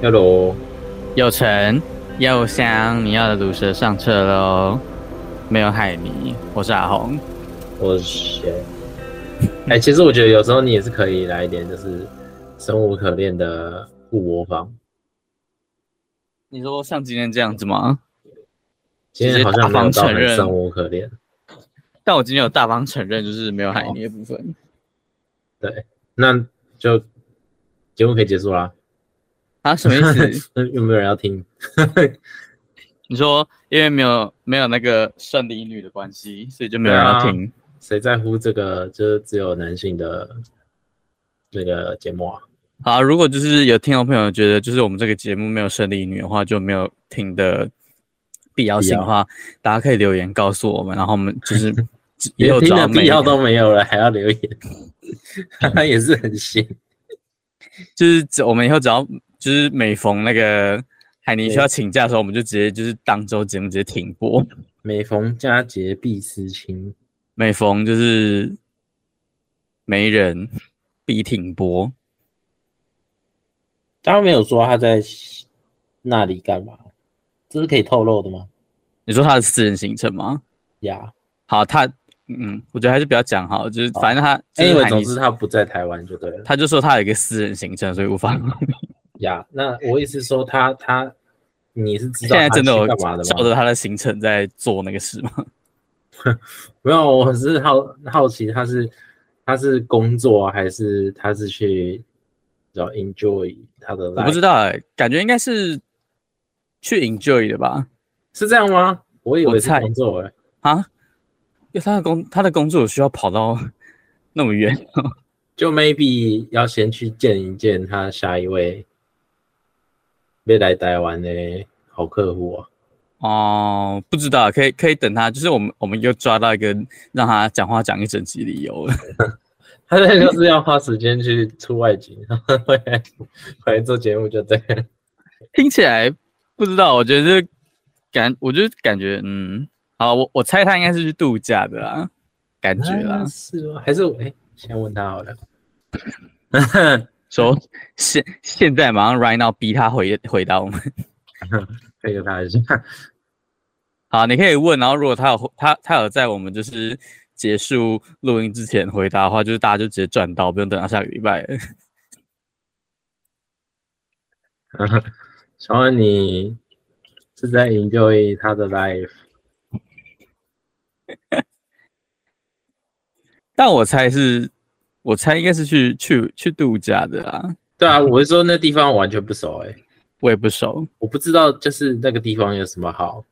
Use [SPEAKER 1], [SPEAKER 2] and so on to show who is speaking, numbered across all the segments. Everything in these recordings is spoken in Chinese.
[SPEAKER 1] 要喽，
[SPEAKER 2] 有成，又香，你要的卤蛇上车喽！没有海泥，我是阿红。
[SPEAKER 1] 我先。哎、其实我觉得有时候你也是可以来一点，就是生无可恋的互模仿。
[SPEAKER 2] 你说像今天这样子吗？
[SPEAKER 1] 今天好像没有到
[SPEAKER 2] 直接大方承
[SPEAKER 1] 很
[SPEAKER 2] 认
[SPEAKER 1] 生无可恋。
[SPEAKER 2] 但我今天有大方承认，就是没有海
[SPEAKER 1] 哦
[SPEAKER 2] 泥的部分。
[SPEAKER 1] 那就节目可以结束啦。
[SPEAKER 2] 啊，什么 意思？
[SPEAKER 1] 有没有人要听？
[SPEAKER 2] 你说因为没有没有那个顺利女的关系，所以就没有人
[SPEAKER 1] 对
[SPEAKER 2] 要
[SPEAKER 1] 啊
[SPEAKER 2] 听。
[SPEAKER 1] 谁在乎这个？就是只有男性的那个节目啊？
[SPEAKER 2] 好，如果就是有听众朋友觉得就是我们这个节目没有顺利女的话，就没有听的必要性的话，大家可以留言告诉我们，然后我们就是 也
[SPEAKER 1] 连
[SPEAKER 2] 有
[SPEAKER 1] 听
[SPEAKER 2] 找
[SPEAKER 1] 的
[SPEAKER 2] 每
[SPEAKER 1] 必
[SPEAKER 2] 一
[SPEAKER 1] 要
[SPEAKER 2] 个
[SPEAKER 1] 都没有了，还要留言， 他也是很闲。
[SPEAKER 2] 就是只我们以后只要就是每逢那个海尼需要请假的时候，我们就直接就是当周节目直接停播。
[SPEAKER 1] 每逢佳节必思亲，
[SPEAKER 2] 每逢就是没人必停播，
[SPEAKER 1] 当然没有说他在那里干嘛，这是可以透露的吗？
[SPEAKER 2] 你说他的私人行程吗？
[SPEAKER 1] 呀、
[SPEAKER 2] 好，他嗯，我觉得还是不要讲好，就是反正他
[SPEAKER 1] 哎因
[SPEAKER 2] 就
[SPEAKER 1] 为
[SPEAKER 2] 是海尼
[SPEAKER 1] 总之他不在台湾就对了。
[SPEAKER 2] 他就说他有一个私人行程，所以无法。
[SPEAKER 1] 呀、那我意思说他他，你是知
[SPEAKER 2] 现
[SPEAKER 1] 道
[SPEAKER 2] 在
[SPEAKER 1] 他去
[SPEAKER 2] 真的有
[SPEAKER 1] 干嘛
[SPEAKER 2] 照
[SPEAKER 1] 的吗？
[SPEAKER 2] 着他的行程在做那个事吗？
[SPEAKER 1] 没有，我是好好奇他是他是工作啊还是他是去要 enjoy 他的
[SPEAKER 2] 我不
[SPEAKER 1] life
[SPEAKER 2] 知道哎、感觉应该是去 enjoy 的吧？
[SPEAKER 1] 是这样吗？我以为是
[SPEAKER 2] 我猜
[SPEAKER 1] 工作哎、
[SPEAKER 2] 啊，因为他的工他的工作有需要跑到那么远，
[SPEAKER 1] 就 maybe 要先去见一见他下一位未来台湾的好客户啊。
[SPEAKER 2] 哦，不知道，可以可以等他，就是我们我们又抓到一个让他讲话讲一整集理由了。
[SPEAKER 1] 他那就是要花时间去出外景，然后回来回来做节目就对了。
[SPEAKER 2] 听起来不知道，我觉得这感，我就感觉嗯，好，我我猜他应该是去度假的啦，感觉啦
[SPEAKER 1] 啊，是吗？还是我哎、先问他好了。
[SPEAKER 2] 说现现在马上 right now 逼他回回答我们。
[SPEAKER 1] 配合他一下。
[SPEAKER 2] 好，你可以问，然后如果他有回他他有在我们就是结束录音之前回答的话，就是大家就直接赚到，不用等到下个礼拜了。
[SPEAKER 1] 请问你是在 enjoy 他的 life？
[SPEAKER 2] 但我猜是，我猜应该是去去去度假的啦，
[SPEAKER 1] 对啊，我是说那地方我完全不熟哎、
[SPEAKER 2] 我也不熟。
[SPEAKER 1] 我不知道就是那个地方有什么好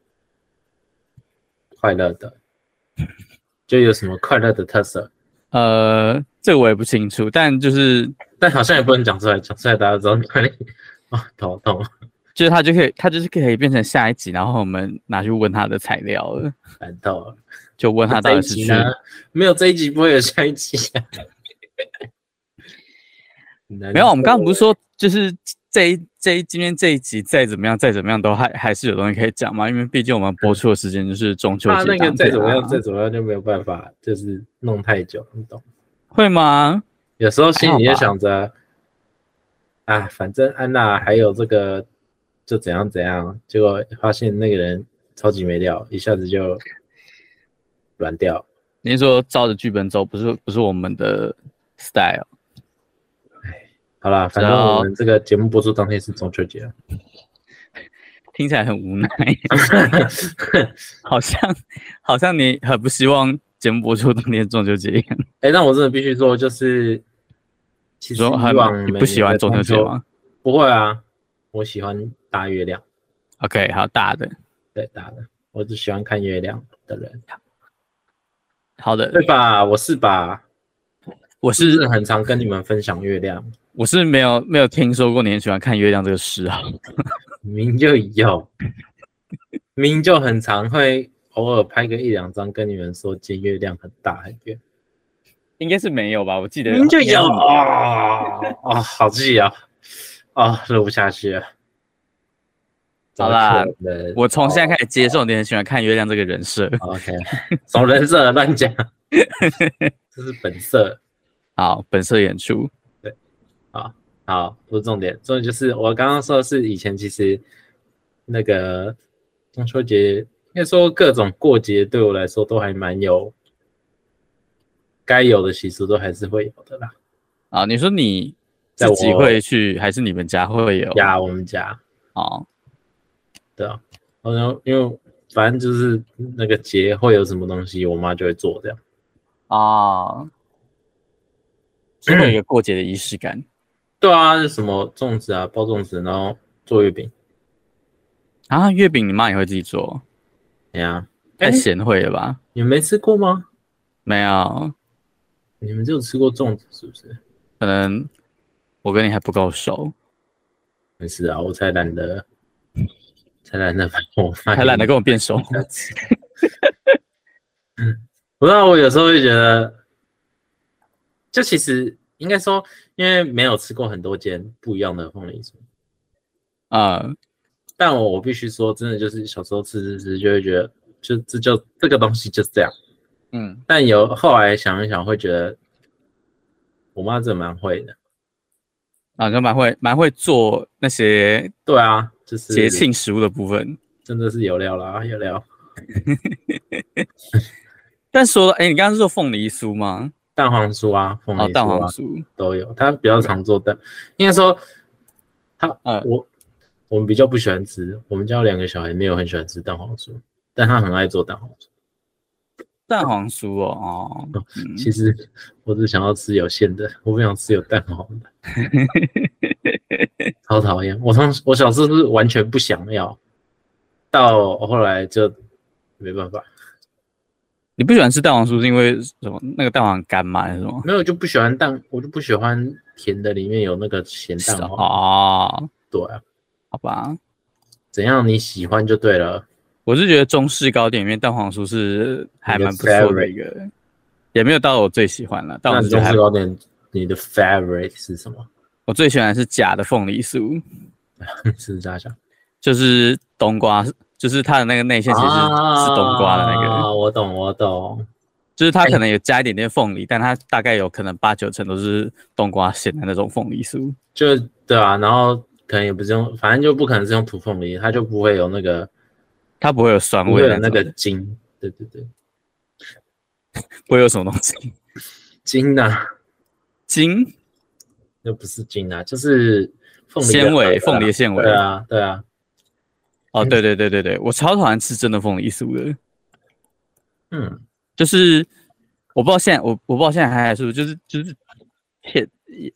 [SPEAKER 1] 快乐的，就有什么快乐的特色，
[SPEAKER 2] 呃，这个我也不清楚，但就是
[SPEAKER 1] 但好像也不能讲出来，讲出来大家知道 哪里。啊，头痛。
[SPEAKER 2] 就是他就可以，他就是可以变成下一集，然后我们拿去问他的材料了，
[SPEAKER 1] 烦透了。
[SPEAKER 2] 就问他
[SPEAKER 1] 这
[SPEAKER 2] 到
[SPEAKER 1] 一
[SPEAKER 2] 底是
[SPEAKER 1] 集
[SPEAKER 2] 去
[SPEAKER 1] 呢？没有这一集不会有下一集啊。 没
[SPEAKER 2] 没有，我们刚刚不是说就是这一这一今天这一集再怎么样再怎么样都还还是有东西可以讲嘛，因为毕竟我们播出的时间就是中秋
[SPEAKER 1] 他
[SPEAKER 2] 节
[SPEAKER 1] 那个
[SPEAKER 2] 当
[SPEAKER 1] 再
[SPEAKER 2] 天
[SPEAKER 1] 怎么样
[SPEAKER 2] 啊
[SPEAKER 1] 再怎么样就没有办法，就是弄太久，你懂？
[SPEAKER 2] 会吗？
[SPEAKER 1] 有时候心里就
[SPEAKER 2] 还好吧
[SPEAKER 1] 想着，啊，反正安娜还有这个就怎样怎样，结果发现那个人超级没料，一下子就软掉。
[SPEAKER 2] 你是说照着剧本走，不是不是我们的 style。
[SPEAKER 1] 好啦，反正
[SPEAKER 2] 然后
[SPEAKER 1] 我们这个节目播出当天是中秋 节啊，
[SPEAKER 2] 听起来很无奈， 好像好像你很不希望节目播出当天中秋节一样。
[SPEAKER 1] 哎、但我真的必须说，就是其
[SPEAKER 2] 你
[SPEAKER 1] 实以
[SPEAKER 2] 说很
[SPEAKER 1] 往
[SPEAKER 2] 你
[SPEAKER 1] 每
[SPEAKER 2] 不喜
[SPEAKER 1] 年
[SPEAKER 2] 欢
[SPEAKER 1] 的
[SPEAKER 2] 中秋节吗
[SPEAKER 1] 不会啊，我喜欢大月亮，
[SPEAKER 2] ？OK，好大的，
[SPEAKER 1] 对大的，我只喜欢看月亮的人，
[SPEAKER 2] 好的，
[SPEAKER 1] 对吧？我是吧？
[SPEAKER 2] 我
[SPEAKER 1] 是不
[SPEAKER 2] 是
[SPEAKER 1] 是很常跟你们分享月亮？
[SPEAKER 2] 我是没有没有听说过你很喜欢看月亮这个啊嗜好。
[SPEAKER 1] 明明就有，明明就很常会偶尔拍个一两张跟你们说今天月亮很大很圆，
[SPEAKER 2] 应该是没有吧？我记得
[SPEAKER 1] 明明就
[SPEAKER 2] 应该是
[SPEAKER 1] 有
[SPEAKER 2] 没
[SPEAKER 1] 啊啊，好气啊啊，录不下去了。
[SPEAKER 2] 好啦
[SPEAKER 1] 怎么可能，
[SPEAKER 2] 我从现在开始接受你很喜欢看月亮这个人设。
[SPEAKER 1] OK，什么人设啊乱讲，这是本色
[SPEAKER 2] 好，本色演出。
[SPEAKER 1] 啊。好，不是重点，重点就是我刚刚说的是以前其实那个中秋节，应该说各种过节对我来说都还蛮有，该有的习俗都还是会有的啦。
[SPEAKER 2] 啊，你说你
[SPEAKER 1] 在
[SPEAKER 2] 自
[SPEAKER 1] 我
[SPEAKER 2] 己会去，还是你们家会有？
[SPEAKER 1] 家我们家，
[SPEAKER 2] 哦，
[SPEAKER 1] 对啊，然后因为反正就是那个节会有什么东西，我妈就会做这样。
[SPEAKER 2] 哦，是会有一个过节的仪式感。
[SPEAKER 1] 对啊，是什么粽子啊，包粽子，然后做月饼，
[SPEAKER 2] 啊，月饼你妈也会自己做，
[SPEAKER 1] 哎呀，
[SPEAKER 2] 太
[SPEAKER 1] 哎
[SPEAKER 2] 贤惠了吧？
[SPEAKER 1] 你们没吃过吗？
[SPEAKER 2] 没有，
[SPEAKER 1] 你们只有吃过粽子是不是？
[SPEAKER 2] 可能我跟你还不够熟，
[SPEAKER 1] 没事啊，我才懒得，才懒得把我
[SPEAKER 2] 还懒得
[SPEAKER 1] 跟
[SPEAKER 2] 跟我 变熟。
[SPEAKER 1] 我吃。不知道，我有时候会觉得，就其实应该说，因为没有吃过很多间不一样的凤梨酥，
[SPEAKER 2] 啊、
[SPEAKER 1] 但我我必须说，真的就是小时候吃吃吃，就会觉得，就这就这个东西就是这样。
[SPEAKER 2] 嗯，
[SPEAKER 1] 但有后来想一想，会觉得我妈真的蛮会的。
[SPEAKER 2] 啊，就蛮会蛮会做那些
[SPEAKER 1] 对啊，就是
[SPEAKER 2] 节庆食物的部分。
[SPEAKER 1] 真的是有料啦，有料。
[SPEAKER 2] 但说，哎、你刚刚是做凤梨酥吗？
[SPEAKER 1] 蛋黄酥啊，凤梨
[SPEAKER 2] 哦，蛋
[SPEAKER 1] 酥
[SPEAKER 2] 黄
[SPEAKER 1] 啊，
[SPEAKER 2] 酥，
[SPEAKER 1] 都有。他比较常做蛋，应该说他
[SPEAKER 2] 嗯
[SPEAKER 1] 我我们比较不喜欢吃，我们家有两个小孩没有很喜欢吃蛋黄酥，但他很爱做蛋黄酥。
[SPEAKER 2] 蛋黄酥哦，哦，嗯
[SPEAKER 1] 其实我只想要吃有馅的，我不想吃有蛋黄 的，超讨厌。我从我小时候是完全不想要，到后来就没办法，
[SPEAKER 2] 你不喜欢吃蛋黄酥是因为什么？那个蛋黄干嘛还是什么？
[SPEAKER 1] 没有就不喜欢蛋，我就不喜欢甜的里面有那个咸蛋黄。
[SPEAKER 2] 哦，
[SPEAKER 1] 对啊，
[SPEAKER 2] 好吧，
[SPEAKER 1] 怎样你喜欢就对了。
[SPEAKER 2] 我是觉得中式糕点里面蛋黄酥是还蛮不
[SPEAKER 1] 你的
[SPEAKER 2] 错的
[SPEAKER 1] favorite
[SPEAKER 2] 一个，也没有到我最喜欢了，但
[SPEAKER 1] 那
[SPEAKER 2] 我
[SPEAKER 1] 你
[SPEAKER 2] 觉得
[SPEAKER 1] 中
[SPEAKER 2] 还
[SPEAKER 1] 式糕点，你的 favorite 是什么？
[SPEAKER 2] 我最喜欢的是假的凤梨酥，
[SPEAKER 1] 是大小
[SPEAKER 2] 就是冬瓜，就是它的那个内馅其实是,、是冬瓜的那
[SPEAKER 1] 啊
[SPEAKER 2] 个，
[SPEAKER 1] 我懂，我懂。
[SPEAKER 2] 就是
[SPEAKER 1] 哎
[SPEAKER 2] 它可能有加一点点凤梨，但它大概有可能八九成都是冬瓜馅的那种凤梨酥。
[SPEAKER 1] 就对啊，然后可能也不是用，反正就不可能是用土凤梨，它就不会有那个
[SPEAKER 2] 它不会有酸
[SPEAKER 1] 不
[SPEAKER 2] 味
[SPEAKER 1] 会
[SPEAKER 2] 的
[SPEAKER 1] 有那
[SPEAKER 2] 种
[SPEAKER 1] 个筋。对对对，
[SPEAKER 2] 不会有什么东 西。
[SPEAKER 1] 筋呐、啊，
[SPEAKER 2] 筋
[SPEAKER 1] 那不是筋啊，就是凤梨的
[SPEAKER 2] 纤
[SPEAKER 1] 壳
[SPEAKER 2] 维，
[SPEAKER 1] 啊
[SPEAKER 2] 凤梨的纤维。
[SPEAKER 1] 对啊，对啊，
[SPEAKER 2] 哦，对对对对对，我超讨厌吃真的凤梨酥的，
[SPEAKER 1] 嗯，
[SPEAKER 2] 就是我不知道现在我我不知道现在还还是不是就是就是片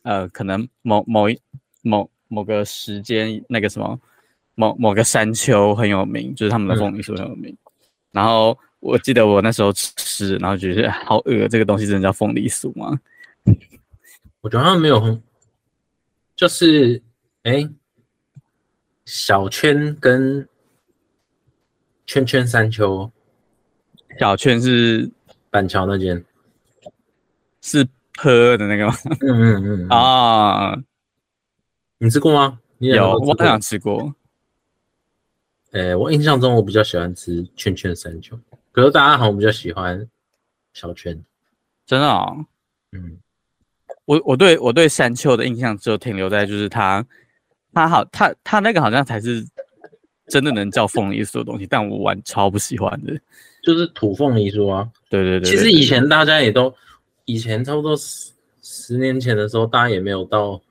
[SPEAKER 2] 呃，可能某某一某某个时间那个什么某某个山丘很有名，就是他
[SPEAKER 1] 嗯
[SPEAKER 2] 们的凤梨酥很有名。然后我记得我那时候吃，然后觉得好恶，这个东西真的叫凤梨酥吗？
[SPEAKER 1] 我觉得它没有很，就是哎、小圈跟圈圈山丘
[SPEAKER 2] 小圈是
[SPEAKER 1] 板桥那间，
[SPEAKER 2] 是喝的那个吗？
[SPEAKER 1] 嗯嗯嗯，嗯
[SPEAKER 2] 啊、
[SPEAKER 1] 你吃过吗？你两个
[SPEAKER 2] 有，
[SPEAKER 1] 都吃
[SPEAKER 2] 我
[SPEAKER 1] 过
[SPEAKER 2] 好像吃过。
[SPEAKER 1] 呃，我印象中我比较喜欢吃圈圈三球，可是大家好像比较喜欢小圈。
[SPEAKER 2] 真的、哦，
[SPEAKER 1] 嗯，
[SPEAKER 2] 我我对我对山丘的印象只有停留在就是它，它好，它它那个好像才是真的能叫凤梨酥的东西，但我玩超不喜欢的。
[SPEAKER 1] 就是土凤梨酥啊。
[SPEAKER 2] 对对对
[SPEAKER 1] 其
[SPEAKER 2] 对
[SPEAKER 1] 实
[SPEAKER 2] 对
[SPEAKER 1] 以前大家也都，以前差不多十十年前的时候，大家也没有到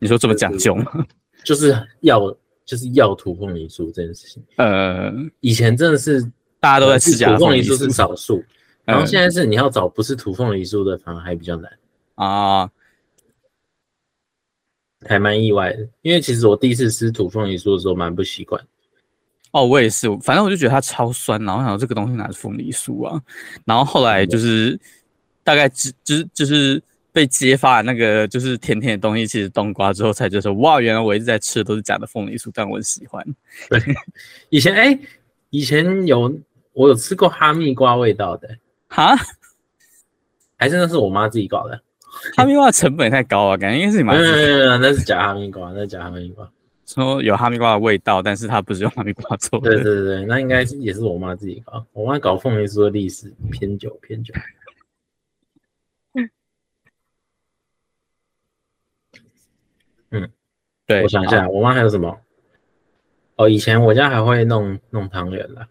[SPEAKER 2] 你说这么讲究吗？
[SPEAKER 1] 就是要就是要土凤梨酥这件事情。
[SPEAKER 2] 呃，
[SPEAKER 1] 以前真的是
[SPEAKER 2] 大家
[SPEAKER 1] 大
[SPEAKER 2] 都在吃假的
[SPEAKER 1] 土凤
[SPEAKER 2] 梨嗯
[SPEAKER 1] 梨呃酥是少数，然后现在是你要找不是土凤梨酥的，反而还比较难，
[SPEAKER 2] 在啊，
[SPEAKER 1] 还蛮意外的。因为其实我第一次吃土凤梨酥的时候蛮不习惯，
[SPEAKER 2] 哦，我也是，反正我就觉得它超酸，然后我想说这个东西哪是凤梨酥啊？然后后
[SPEAKER 1] 嗯
[SPEAKER 2] 来就是大概只就是就是被揭发那个就是甜甜的东西，其实冬瓜之后才觉得说哇，原来我一直在吃的都是假的凤梨酥，但我很喜欢。
[SPEAKER 1] 以前哎、以前有我有吃过哈密瓜味道的、
[SPEAKER 2] 哈，
[SPEAKER 1] 还是那是我妈自己搞的？
[SPEAKER 2] 哈密瓜的成本太高啊，感觉应该是你
[SPEAKER 1] 没
[SPEAKER 2] 买
[SPEAKER 1] 有没有没有，那是假哈密瓜，那是假哈密瓜。
[SPEAKER 2] 说有哈密瓜的味道，但是它不是用哈密瓜做
[SPEAKER 1] 对对
[SPEAKER 2] 的。
[SPEAKER 1] 对对，那应该是也是我妈自己搞。我妈搞凤梨酥的历史偏久偏久。嗯，
[SPEAKER 2] 对，
[SPEAKER 1] 我想一
[SPEAKER 2] 好，
[SPEAKER 1] 下，我妈还有什么？哦，以前我家还会弄弄汤圆啦，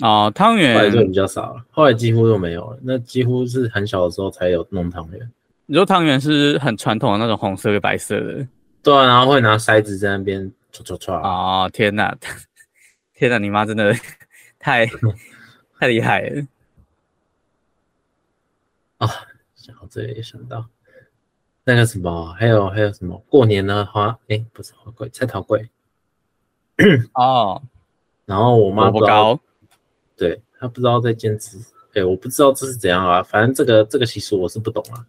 [SPEAKER 2] 哦，汤
[SPEAKER 1] 后来
[SPEAKER 2] 圆
[SPEAKER 1] 就，比较少了，后来几乎都没有了。那几乎是很小的时候才有弄汤圆。
[SPEAKER 2] 你说汤圆是很传统的那种红色跟白色的，
[SPEAKER 1] 对啊，然后会拿筛子在那边戳戳戳。
[SPEAKER 2] 哦，天哪， 天哪，你妈真的太 太厉害了。
[SPEAKER 1] 想到这个也想到那个什么，还有还有什么过年的花，哎、不是花贵，菜头贵。
[SPEAKER 2] 哦，
[SPEAKER 1] 然后我妈
[SPEAKER 2] 萝
[SPEAKER 1] 不
[SPEAKER 2] 卜
[SPEAKER 1] 知道，
[SPEAKER 2] 糕，
[SPEAKER 1] 对她不知道在兼职，哎、我不知道这是怎样啊，反正这个这个习俗我是不懂啊。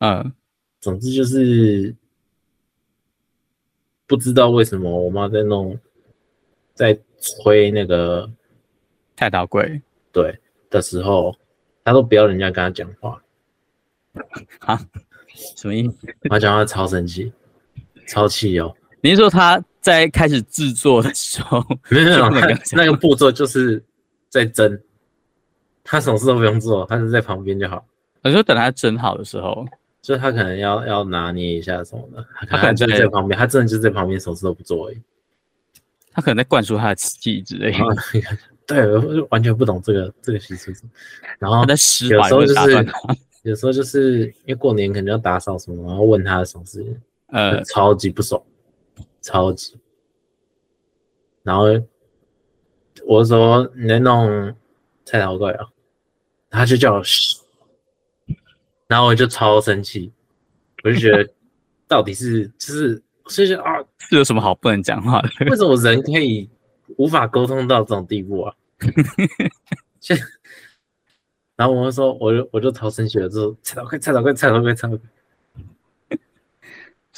[SPEAKER 2] 嗯，
[SPEAKER 1] 总之就是不知道为什么我妈在弄，在催那个
[SPEAKER 2] 太倒贵
[SPEAKER 1] 对的时候，她都不要人家跟她讲话，
[SPEAKER 2] 啊，什么意思？
[SPEAKER 1] 她讲话超生气，超气哦。
[SPEAKER 2] 你是说他在开始制作的时候，
[SPEAKER 1] 没有没有，
[SPEAKER 2] 就不能
[SPEAKER 1] 他
[SPEAKER 2] 跟他讲
[SPEAKER 1] 那个步骤就是在蒸，他什么事都不用做，他就在旁边就好。
[SPEAKER 2] 我就等他蒸好的时候，
[SPEAKER 1] 就是他可能要要拿捏一下什么的，他可
[SPEAKER 2] 他
[SPEAKER 1] 能
[SPEAKER 2] 感
[SPEAKER 1] 就
[SPEAKER 2] 觉
[SPEAKER 1] 在旁边，他真的就在旁边，什么事都不做而已。
[SPEAKER 2] 他可能在灌输他的气质类
[SPEAKER 1] 然，后对，我就完全不懂这个这个习俗。然后
[SPEAKER 2] 他在施
[SPEAKER 1] 有
[SPEAKER 2] 怀
[SPEAKER 1] 时候
[SPEAKER 2] 或者
[SPEAKER 1] 就
[SPEAKER 2] 打
[SPEAKER 1] 是
[SPEAKER 2] 断他。
[SPEAKER 1] 有时候就是因为过年可能要打扫什么，然后问他什么事，
[SPEAKER 2] 呃，
[SPEAKER 1] 超级不爽，超级。然后我就说你在弄菜头粿啊，他就叫我嘘，然后我就超生气，我就觉得 到底是就是就是啊，
[SPEAKER 2] 是有什么好不能讲话的？
[SPEAKER 1] 为什么人可以无法沟通到这种地步啊？现然后我就说，我就我就超生气了，就说菜头粿，菜头粿，菜头粿，菜头粿。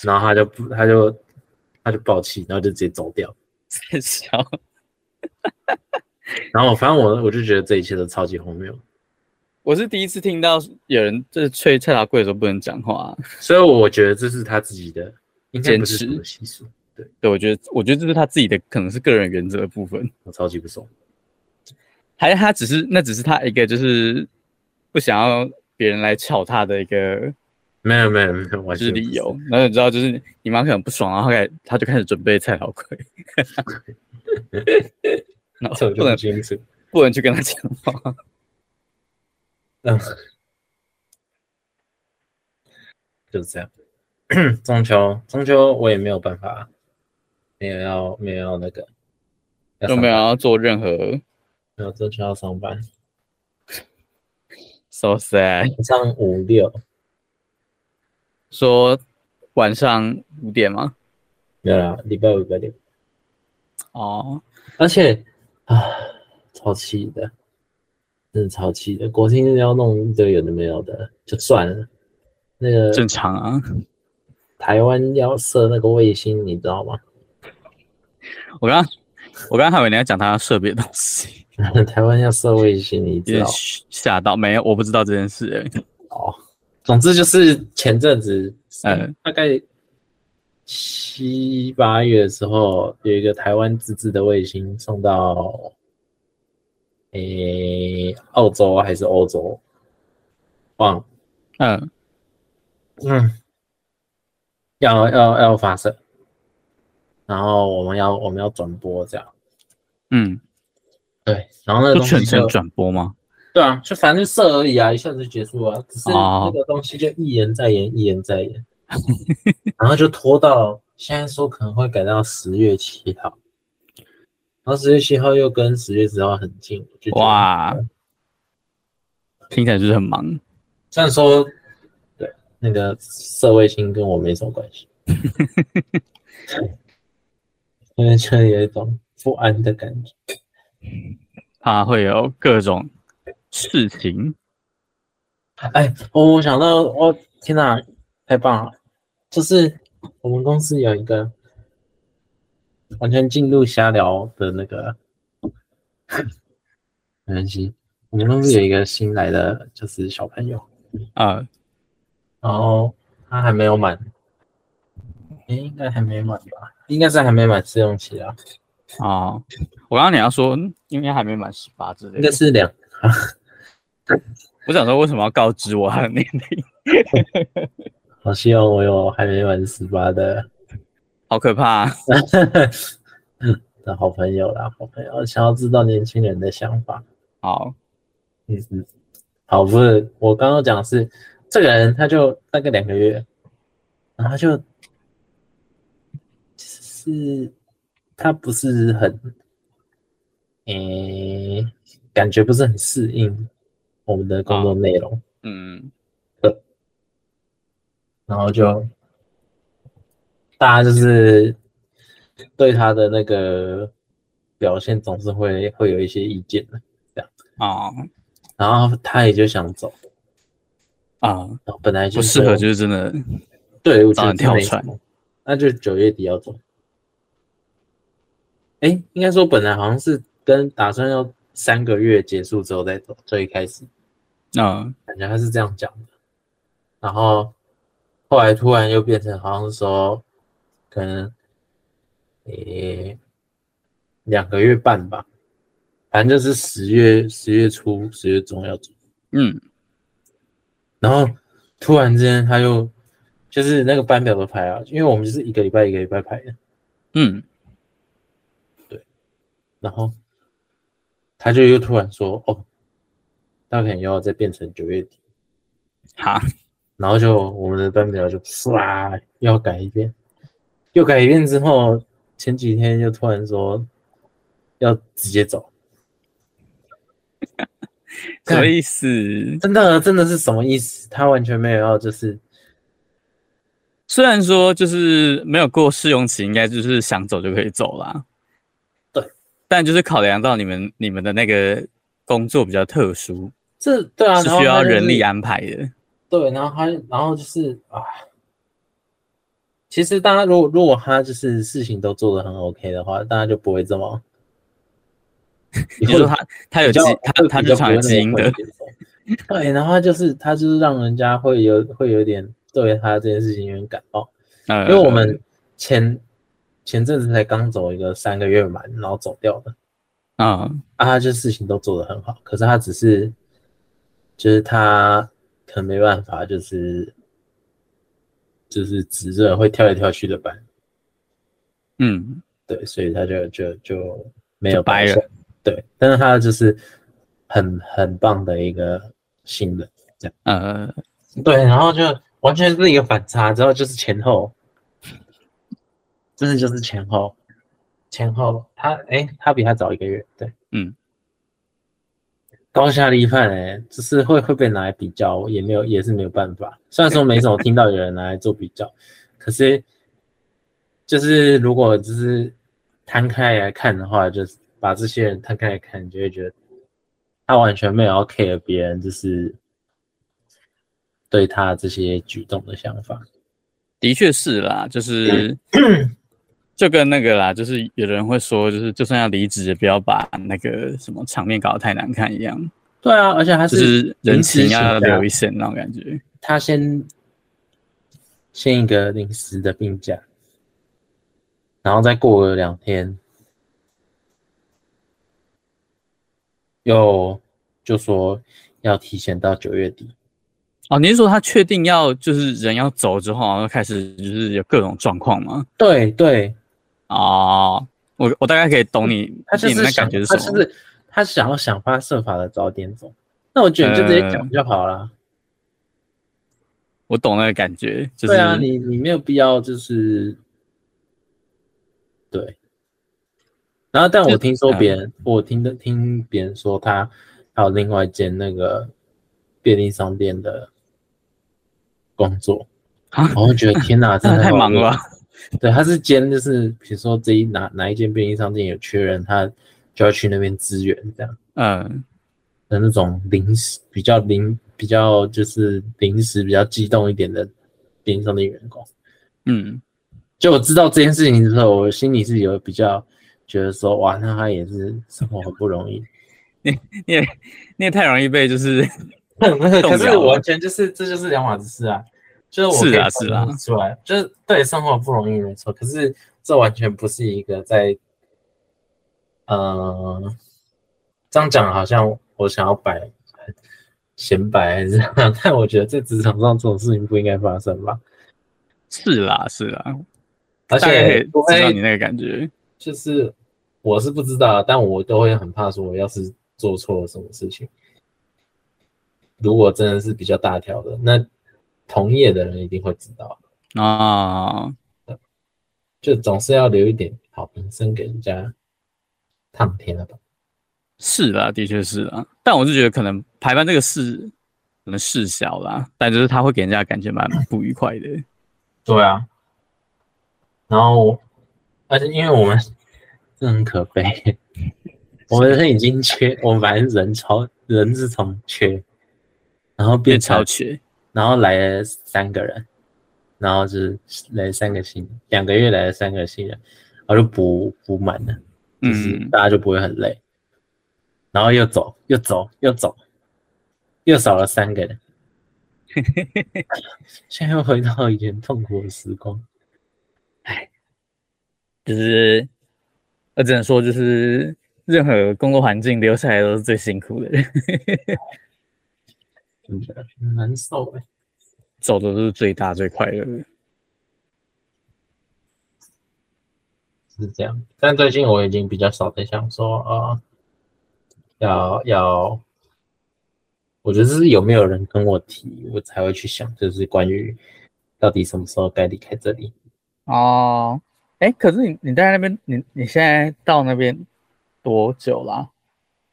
[SPEAKER 1] 然后他就不，他就他就暴气，然后就直接走掉。
[SPEAKER 2] 在笑，
[SPEAKER 1] 然后我反正我我就觉得这一切都超级荒谬，
[SPEAKER 2] 我是第一次听到有人就是吹蔡达贵的时候不能讲话。啊
[SPEAKER 1] 所以我觉得这是他自己的，应该不是
[SPEAKER 2] 坚
[SPEAKER 1] 什
[SPEAKER 2] 持
[SPEAKER 1] 么习俗，
[SPEAKER 2] 对，我觉得，我觉得这是他自己的，可能是个人原则的部分，
[SPEAKER 1] 我超级不爽。
[SPEAKER 2] 还是他只是那只是他一个就是不想要别人来吵他的一个
[SPEAKER 1] 没有没有没有，完
[SPEAKER 2] 就
[SPEAKER 1] 全
[SPEAKER 2] 是
[SPEAKER 1] 不
[SPEAKER 2] 理由。然后你知道，就是你妈可能不爽，然后她开她就开始准备蔡老贵，然
[SPEAKER 1] 这我就
[SPEAKER 2] 后不
[SPEAKER 1] 不
[SPEAKER 2] 能
[SPEAKER 1] 清楚。
[SPEAKER 2] 不能去跟 她讲话。
[SPEAKER 1] 嗯，就是这样。 中秋，中秋我也没有办法，没有要没有要那个，要
[SPEAKER 2] 就
[SPEAKER 1] 上
[SPEAKER 2] 没
[SPEAKER 1] 班
[SPEAKER 2] 有要做任何
[SPEAKER 1] 没有中秋要上班，
[SPEAKER 2] so sad，
[SPEAKER 1] 晚上五六
[SPEAKER 2] 说晚上五点吗？
[SPEAKER 1] 没有啦，礼拜五礼拜六，
[SPEAKER 2] 哦，
[SPEAKER 1] 而且啊，超气的，真的超气的，国庆日要弄一堆有的没有的，就算了。那个
[SPEAKER 2] 正常啊。
[SPEAKER 1] 台湾要射那个卫星，你知道吗？
[SPEAKER 2] 我刚我刚还以为你要讲他设备的东西，
[SPEAKER 1] 台湾要射卫星，你
[SPEAKER 2] 有
[SPEAKER 1] 知
[SPEAKER 2] 点
[SPEAKER 1] 道吗？
[SPEAKER 2] 吓到。没有，我不知道这件事、欸。
[SPEAKER 1] 哦，总之就是前阵子，呃
[SPEAKER 2] 嗯，
[SPEAKER 1] 大概七八月的时候，有一个台湾自制的卫星送到，诶、澳洲还是欧洲，忘了，
[SPEAKER 2] 嗯，
[SPEAKER 1] 嗯，要要要发射，然后我们要我们要转播这样，
[SPEAKER 2] 嗯，
[SPEAKER 1] 对，然后那个
[SPEAKER 2] 就
[SPEAKER 1] 东西
[SPEAKER 2] 全程
[SPEAKER 1] 就
[SPEAKER 2] 转播吗？
[SPEAKER 1] 对啊，就反正射而已啊，一下子就结束了啊。只是那个东西就一延再延，一延再延，然后就拖到现在说可能会改到十月七号，然后十月七号又跟十月十号很近，我就觉得，嗯
[SPEAKER 2] 哇，听起来就是很忙。
[SPEAKER 1] 虽然说对那个社会性跟我没什么关系，因为就有一种不安的感觉。
[SPEAKER 2] 他会有各种事情。
[SPEAKER 1] 哎，我我想到，我、天哪，太棒了！就是我们公司有一个完全进入瞎聊的那个，没关系。我们公司有一个新来的，就是小朋友，
[SPEAKER 2] 呃，
[SPEAKER 1] 然后他还没有满，哎，应该还没满吧？应该是还没满试用期啊，
[SPEAKER 2] 哦，我刚刚你要说嗯应该还没满十八之类
[SPEAKER 1] 应该
[SPEAKER 2] 的，
[SPEAKER 1] 是两
[SPEAKER 2] 我想说为什么要告知我他的年龄？
[SPEAKER 1] 好希望我有还没满十八的
[SPEAKER 2] 好可怕、啊。
[SPEAKER 1] 的好朋友啦，好朋友，想要知道年轻人的想法。
[SPEAKER 2] 好，
[SPEAKER 1] 嗯嗯，好，不是我刚刚讲的是这个人，他就大概两个月，然后他就就是他不是很，诶、感觉不是很适应我们的工作内容，
[SPEAKER 2] 嗯，
[SPEAKER 1] 然后就大家就是对他的那个表现总是会会有一些意见的，
[SPEAKER 2] 哦
[SPEAKER 1] 然后他也就想走，
[SPEAKER 2] 啊，
[SPEAKER 1] 然后本来就
[SPEAKER 2] 不适合就是真的，
[SPEAKER 1] 对，我觉
[SPEAKER 2] 当
[SPEAKER 1] 得真
[SPEAKER 2] 然跳
[SPEAKER 1] 没什
[SPEAKER 2] 船
[SPEAKER 1] 么，那就九月底要走。哎、应该说本来好像是跟打算要三个月结束之后再走，最一开始
[SPEAKER 2] 嗯
[SPEAKER 1] 感觉他是这样讲的，然后后来突然又变成好像是说可能诶、两个月半吧，反正就是十月十月初十月中要走。
[SPEAKER 2] 嗯，
[SPEAKER 1] 然后突然之间他又就是那个班表的排啊，因为我们就是一个礼拜一个礼拜排的，
[SPEAKER 2] 嗯，
[SPEAKER 1] 然后他就又突然说哦，他可能又要再变成九月底，
[SPEAKER 2] 好，
[SPEAKER 1] 然后就我们的班表就唰又要改一遍，又改一遍之后，前几天又突然说要直接走，
[SPEAKER 2] 什么
[SPEAKER 1] 干
[SPEAKER 2] 意思？
[SPEAKER 1] 真的真的是什么意思？他完全没有要就是
[SPEAKER 2] 虽然说就是没有过试用期，应该就是想走就可以走啦。
[SPEAKER 1] 对，
[SPEAKER 2] 但就是考量到你们你们的那个工作比较特殊，
[SPEAKER 1] 这对啊，
[SPEAKER 2] 是
[SPEAKER 1] 然后
[SPEAKER 2] 需要
[SPEAKER 1] 他就是
[SPEAKER 2] 人力安排的。
[SPEAKER 1] 对，然后他，然后就是啊，其实大家如果如果他就是事情都做得很 OK 的话，大家就不会这么。
[SPEAKER 2] 你说他他有
[SPEAKER 1] 比
[SPEAKER 2] 基
[SPEAKER 1] 较
[SPEAKER 2] 他他是常有基因的，。
[SPEAKER 1] 比较不会那么快接受对，然后他就是他就是让人家会有会有点对他这件事情有点感冒，
[SPEAKER 2] 呃
[SPEAKER 1] 因为我们前前阵子才刚走一个三个月满，然后走掉的。
[SPEAKER 2] 啊
[SPEAKER 1] 啊，他就事情都做得很好，可是他只是，就是他可能没办法，就是就是指着会跳来跳去的班，
[SPEAKER 2] 嗯
[SPEAKER 1] 对，所以他就就就没有
[SPEAKER 2] 就掰了
[SPEAKER 1] 上，对，但是他就是很很棒的一个新人，这样
[SPEAKER 2] 呃
[SPEAKER 1] 对，然后就完全是一个反差，之后就是前后，真的就是前后前后，他哎、他比他早一个月，对。
[SPEAKER 2] 嗯
[SPEAKER 1] 高下立判哎、就是会会被拿来比较，也没有也是没有办法。虽然说没什么听到有人拿来做比较，可是就是如果就是摊开来看的话，就是把这些人摊开来看，你就会觉得他完全没有要 care 别人，就是对他这些举动的想法。
[SPEAKER 2] 的确是啦， 就是。就跟那个啦，就是有人会说，就是就算要离职，也不要把那个什么场面搞得太难看一样，
[SPEAKER 1] 对啊，而且他
[SPEAKER 2] 就是是人情
[SPEAKER 1] 临时
[SPEAKER 2] 要
[SPEAKER 1] 请假
[SPEAKER 2] 留一线那种感觉。
[SPEAKER 1] 他先先一个临时的病假，然后再过了两天，又就说要提前到九月底。
[SPEAKER 2] 哦，你是说他确定要就是人要走之后，然后开始就是有各种状况吗？
[SPEAKER 1] 对对，
[SPEAKER 2] 哦，我我大概可以懂你
[SPEAKER 1] 嗯他就
[SPEAKER 2] 你
[SPEAKER 1] 是
[SPEAKER 2] 那
[SPEAKER 1] 想，
[SPEAKER 2] 感觉是
[SPEAKER 1] 他
[SPEAKER 2] 什
[SPEAKER 1] 就
[SPEAKER 2] 么。
[SPEAKER 1] 是他想要想方设法的早点走。那我觉得你就直
[SPEAKER 2] 呃
[SPEAKER 1] 接讲就好了。
[SPEAKER 2] 我懂那个感觉，就是
[SPEAKER 1] 对啊，你你没有必要就是，对。然后，但我
[SPEAKER 2] 就
[SPEAKER 1] 听说
[SPEAKER 2] 嗯
[SPEAKER 1] 别人，我听的听别人说他还有另外一间那个便利商店的工作，
[SPEAKER 2] 啊
[SPEAKER 1] 然后觉得天 哪，真
[SPEAKER 2] 那
[SPEAKER 1] 的
[SPEAKER 2] 啊太
[SPEAKER 1] 好
[SPEAKER 2] 忙了吧。
[SPEAKER 1] 对，他是兼就是比如说这一哪哪一间便利商店有缺人，他就要去那边支援这样
[SPEAKER 2] 嗯，
[SPEAKER 1] 的那种临时比较临比较就是临时比较激动一点的便利商店员工。
[SPEAKER 2] 嗯，
[SPEAKER 1] 就我知道这件事情之后，我心里是有比较觉得说，哇，那他也是生活很不容易。
[SPEAKER 2] 你也你也太容易被就是
[SPEAKER 1] 可
[SPEAKER 2] 摇
[SPEAKER 1] 是
[SPEAKER 2] 了
[SPEAKER 1] 我完全就是这就是两码子事啊，就是我
[SPEAKER 2] 啊是
[SPEAKER 1] 可以
[SPEAKER 2] 啊
[SPEAKER 1] 分
[SPEAKER 2] 是啊
[SPEAKER 1] 得出来，就是对生活不容易没错，可是这完全不是一个在，呃，这样讲好像我想要摆显摆还是怎样，但我觉得在职场上这种事情不应该发生吧。
[SPEAKER 2] 是啦是啦，
[SPEAKER 1] 而
[SPEAKER 2] 大概可以
[SPEAKER 1] 且除
[SPEAKER 2] 知道
[SPEAKER 1] 非
[SPEAKER 2] 你那个感觉。
[SPEAKER 1] 就是我是不知道，啊但我都会很怕说，我要是做错了什么事情，如果真的是比较大条的，那同业的人一定会知道，
[SPEAKER 2] 啊、
[SPEAKER 1] 就总是要留一点好名声给人家烫天了吧？
[SPEAKER 2] 是啦，的确是啦。但我是觉得可能排班这个事，可能事小啦，但就是他会给人家感觉蛮不愉快的。
[SPEAKER 1] 对啊，然后而且因为我们 这很可悲，我们是已经缺，我们反正人超人是从缺，然后
[SPEAKER 2] 变
[SPEAKER 1] 变成
[SPEAKER 2] 超缺，
[SPEAKER 1] 然后来了三个人，然后就是来了三个新，两个月来了三个新人，然后就补补满了，就是
[SPEAKER 2] 嗯，
[SPEAKER 1] 大家就不会很累。然后又走，又走，又走，又少了三个人，现在又回到以前痛苦的时光。
[SPEAKER 2] 就是我只能说，就是任何工作环境留下来都是最辛苦的人，
[SPEAKER 1] 真的很难受哎、
[SPEAKER 2] 走的都是最大最快乐的。
[SPEAKER 1] 是这样。但最近我已经比较少在想说啊、呃要要，我觉得是有没有人跟我提，我才会去想，就是关于到底什么时候该离开这里。
[SPEAKER 2] 哦，哎，可是你你在那边，你你现在到那边多久啦？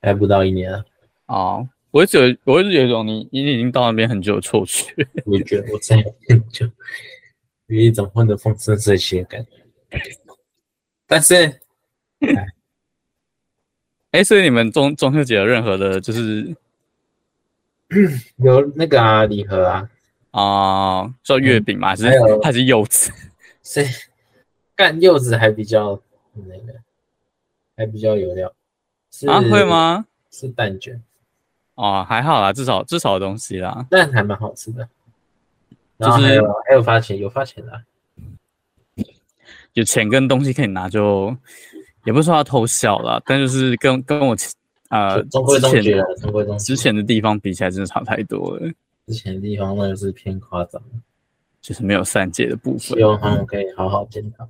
[SPEAKER 1] 还不到一年啊了，
[SPEAKER 2] 哦，我就有我就有一种你你已经到那边很久的错觉。
[SPEAKER 1] 我也觉得我在就有一种混得风生水起的感觉。但 是
[SPEAKER 2] 哎，所以你们中中秋节有任何的，就是
[SPEAKER 1] 有那个啊，礼盒啊，
[SPEAKER 2] 啊、叫月饼嘛，还是
[SPEAKER 1] 还有
[SPEAKER 2] 还是柚子？
[SPEAKER 1] 是干柚子还比较那个，还比较有料。是
[SPEAKER 2] 啊，会？吗？
[SPEAKER 1] 是蛋卷。
[SPEAKER 2] 哦，还好啦，至少至少有东西啦。
[SPEAKER 1] 但还蛮好吃的。
[SPEAKER 2] 就
[SPEAKER 1] 然后还
[SPEAKER 2] 是
[SPEAKER 1] 有、还有发钱，有发钱啊，
[SPEAKER 2] 有钱跟东西可以拿就，也不是说要偷笑啦，但就是跟跟我其呃
[SPEAKER 1] 就中规中
[SPEAKER 2] 之
[SPEAKER 1] 矩
[SPEAKER 2] 前
[SPEAKER 1] 啊，中规中矩。
[SPEAKER 2] 之前的地方比起来，真的差太多了，
[SPEAKER 1] 之前的地方那个是偏夸张，
[SPEAKER 2] 就是没有散界的部分
[SPEAKER 1] 希。望他们可以好好检讨。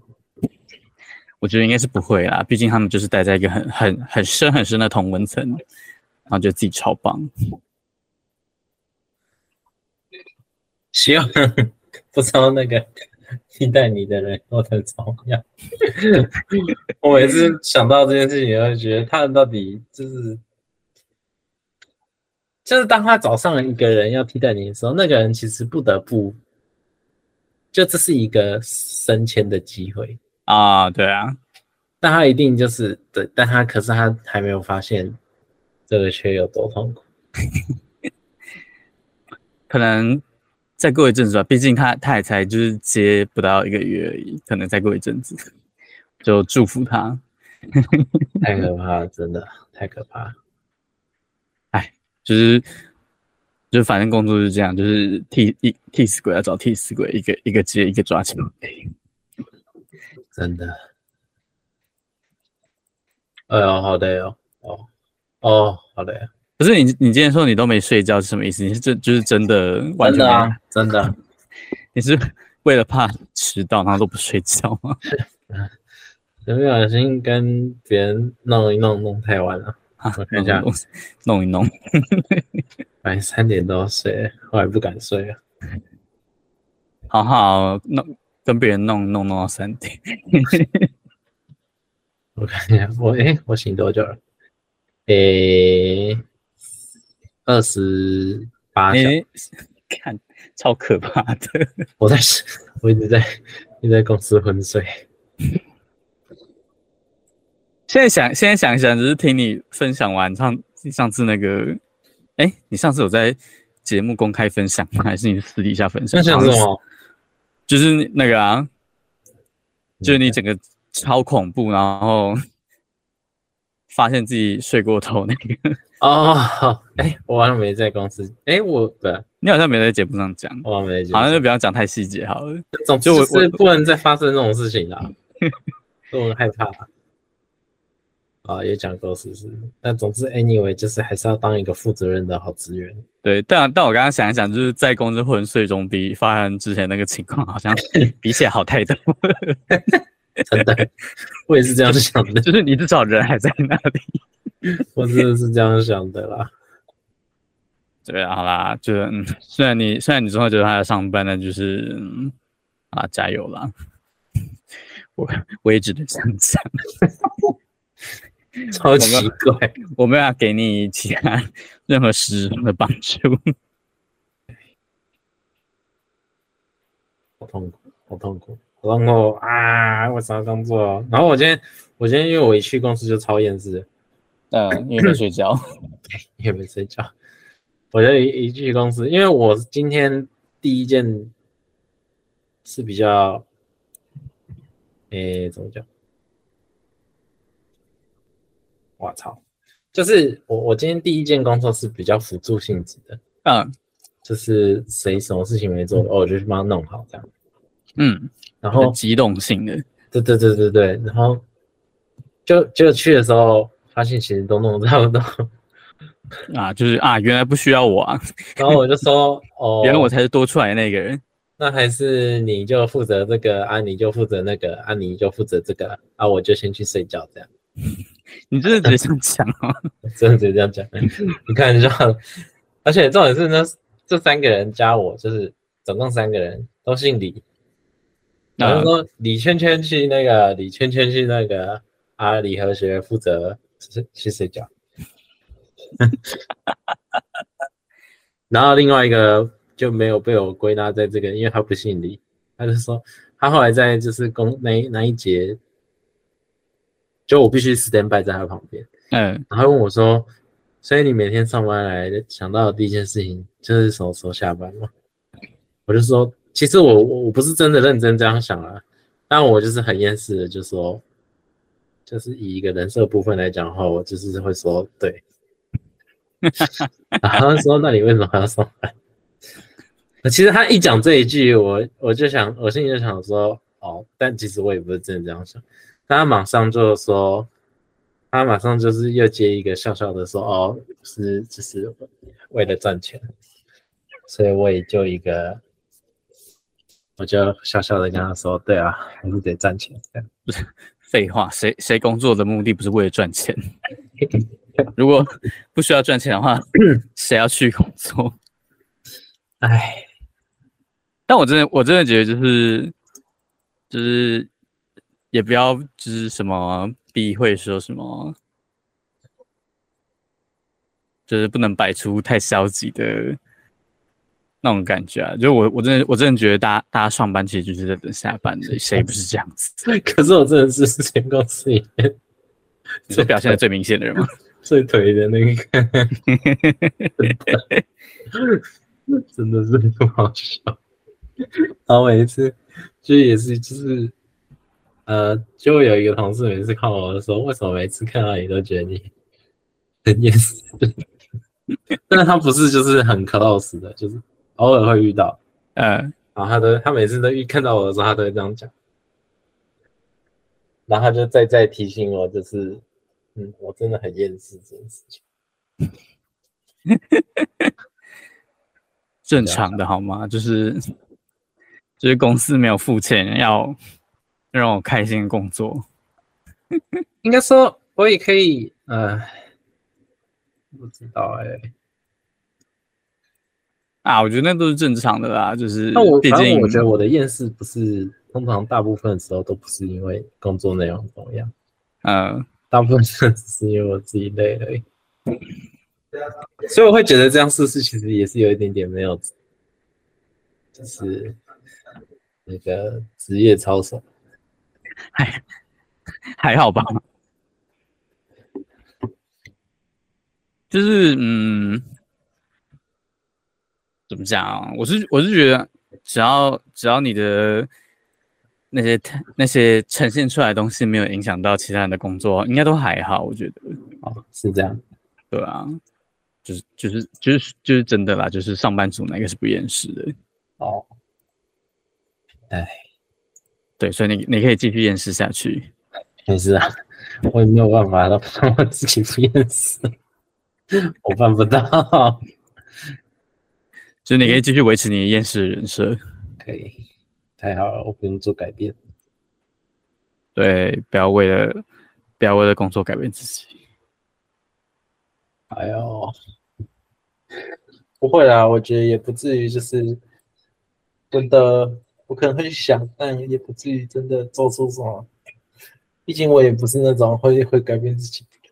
[SPEAKER 2] 我觉得应该是不会啦，毕竟他们就是待在一个很很很深很深的同温层，然后觉得自己超棒。
[SPEAKER 1] 希望 不知道那个替代你的人过得怎么 样。我每次想到这件事情，我就觉得他们到底就是。就是当他找上了一个人要替代你的时候，那个人其实不得不，就这是一个升迁的机会，
[SPEAKER 2] 啊，对啊，
[SPEAKER 1] 但他一定就是对，但他可是他还没有发现这个缺有多痛苦。
[SPEAKER 2] 可能再过一阵子吧，毕竟他他也才就是接不到一个月而已，可能再过一阵子，就祝福他。
[SPEAKER 1] 太可怕了，真的太可怕了。
[SPEAKER 2] 就是就反正工作就是这样，就是替一替死鬼要找替死鬼，一个一个接一个抓起来。
[SPEAKER 1] 真的。哎呦，好累哦，哦哦，好累啊，
[SPEAKER 2] 可是你你今天说你都没睡觉是什么意思？你是真就是真的完
[SPEAKER 1] 真
[SPEAKER 2] 全没
[SPEAKER 1] 的啊，真的，
[SPEAKER 2] 你是为了怕迟到然后都不睡觉吗？
[SPEAKER 1] 有没有小心跟别人弄一弄弄太晚了？
[SPEAKER 2] 啊
[SPEAKER 1] 我看一下
[SPEAKER 2] 弄弄一弄，
[SPEAKER 1] 哎，三点多睡，后来不敢睡了。
[SPEAKER 2] 好好弄跟别人弄弄弄到三点。
[SPEAKER 1] 我看一下，我哎、我醒多久了？诶、二十八小时。
[SPEAKER 2] 你 看超可怕的。
[SPEAKER 1] 我在，我一直在一直在公司昏睡。
[SPEAKER 2] 现在想，现在想一想，只是听你分享完上上次那个，哎、你上次有在节目公开分享吗？还是你私底下分享？
[SPEAKER 1] 那想什？
[SPEAKER 2] 哦
[SPEAKER 1] 么？
[SPEAKER 2] 就是那个啊，就是你整个超恐怖，然后 发现自己睡过头那个，
[SPEAKER 1] 哦，好
[SPEAKER 2] 嗯
[SPEAKER 1] 哎、我好像没在公司。哎、我不，
[SPEAKER 2] 你好像没在节目上讲，
[SPEAKER 1] 我好像没在。
[SPEAKER 2] 好像就不要讲太细节好了。
[SPEAKER 1] 总之
[SPEAKER 2] 就我嗯
[SPEAKER 1] 就是
[SPEAKER 2] 我
[SPEAKER 1] 不能再发生这种事情了，所以我很害怕。啊，也讲过是是，但总之 anyway 就是还是要当一个负责任的好职 员。
[SPEAKER 2] 对，但但我刚刚想一想，就是在公司昏睡中比发生之前那个情况，好像比起来好太多。
[SPEAKER 1] 真的，我也是这样想的，
[SPEAKER 2] 就是你至少人还在那里。
[SPEAKER 1] 我真的是这样想的啦。
[SPEAKER 2] 对啊，好啦，就是嗯，虽然你虽然你最后觉得他在上班，但就是、嗯、啊，加油啦！我我也只能这样啊讲，
[SPEAKER 1] 超奇怪。
[SPEAKER 2] 我没有要给你其他任何实质的帮助。
[SPEAKER 1] 好痛苦，好痛苦，好痛苦啊！为什么要工作？然后我今天，我今天因为我一去公司就超厌世，
[SPEAKER 2] 嗯、因为在睡觉。
[SPEAKER 1] 也没睡觉。我就一一去公司，因为我今天第一件是比较，诶、怎么讲？我操！就是我我今天第一件工作是比较辅助性质的，
[SPEAKER 2] 嗯
[SPEAKER 1] 就是谁什么事情没做，哦，我就去帮他弄好这样。
[SPEAKER 2] 嗯，
[SPEAKER 1] 然后
[SPEAKER 2] 很机动性的，
[SPEAKER 1] 对对对对对，然后就就去的时候，发现其实都弄差不多，
[SPEAKER 2] 啊，就是啊，原来不需要我啊，
[SPEAKER 1] 然后我就说哦，
[SPEAKER 2] 原来我才是多出来的那个人。
[SPEAKER 1] 那还是你就负责这个，啊你就负责那个，啊你就负责这个，啊我就先去睡觉，这样，
[SPEAKER 2] 你真的只是这样讲哦？
[SPEAKER 1] 真的就这样讲，你看就好了，而且重点是呢，这三个人加我就是总共三个人都姓李，然后
[SPEAKER 2] 嗯
[SPEAKER 1] 说李圈圈去那个，李圈圈去那个，啊李和学负责去去睡觉， 然后另外一个就没有被我归纳在这个，因为他不姓李，他就说他后来在就是公那那一节，就我必须 stand by 在他旁边，
[SPEAKER 2] 嗯，
[SPEAKER 1] 然后他问我说，所以你每天上班来想到的第一件事情就是什么时候下班吗？我就说，其实我我我不是真的认真这样想啊，但我就是很厌世的，就说，就是以一个人设部分来讲的话，我就是会说对。 然后他说，那你为什么还要上班？其实他一讲这一句，我我就想，我心里就想说，哦，但其实我也不是真的这样想。但他马上就说，他马上就是又接一个笑笑的说，哦，是就是为了赚钱，所以我也就一个，我就笑笑的跟他说，对啊，还是得赚钱。这样
[SPEAKER 2] 废话，谁谁工作的目的不是为了赚钱？如果不需要赚钱的话，谁要去工作？
[SPEAKER 1] 唉，
[SPEAKER 2] 但我真的我真的觉得就是就是也不要就是什么避讳说什么，就是不能摆出太消极的那种感觉啊。就是我我真的我真的觉得大家大家上班其实就是在等下班的，谁不是这样子？
[SPEAKER 1] 可是我真的是 全公司里面
[SPEAKER 2] 你是表现的最明显的人吗？
[SPEAKER 1] 最颓的那个，真的是很好笑。然后每一次就也是就是，呃，就有一个同事每次看我的时候，为什么每次看到你都觉得你 很厌世？但是他不是就是很 close 的，就是偶尔会遇到，
[SPEAKER 2] 呃，
[SPEAKER 1] 然后他都他每次都一看到我的时候，他都会这样讲，然后他就再再提醒我，就是嗯，我真的很厌世这件事情。
[SPEAKER 2] 正常的好吗？就是就是公司没有付钱，要让我开心地工作。
[SPEAKER 1] 应该说，我也可以，呃，不知道哎、
[SPEAKER 2] 啊，我觉得那都是正常的啦，就是
[SPEAKER 1] 那我
[SPEAKER 2] 毕
[SPEAKER 1] 反正
[SPEAKER 2] 竟
[SPEAKER 1] 我觉得我的厌世不是，通常大部分的时候都不是因为工作内容怎么样，
[SPEAKER 2] 呃，
[SPEAKER 1] 大部分时候只是因为我自己累而已。所以我会觉得这样试试其实也是有一点点没有，就是那个职业操守。
[SPEAKER 2] 还还好吧，就是嗯，怎么讲啊？我是我是觉得，只要只要你的那些那些呈现出来的东西没有影响到其他人的工作，应该都还好，我觉得。
[SPEAKER 1] 哦，是这样。
[SPEAKER 2] 对啊，就是就是就是就是真的啦，就是上班族那个是不厌世的，
[SPEAKER 1] 哦，
[SPEAKER 2] 对，所以你你可以继续厌世下去。
[SPEAKER 1] 没事啊，我也没有办法了，让我自己不厌世，我办不到。
[SPEAKER 2] 就是你可以继续维持你的厌世人设。
[SPEAKER 1] 可以，太好了，我不用做改变。
[SPEAKER 2] 对，不要为了不要为了工作改变自己。
[SPEAKER 1] 哎呦，不会啦，我觉得也不至于，就是真的，我可能会想，但也不至于真的做出什么。毕竟我也不是那种会 会改变自己的人。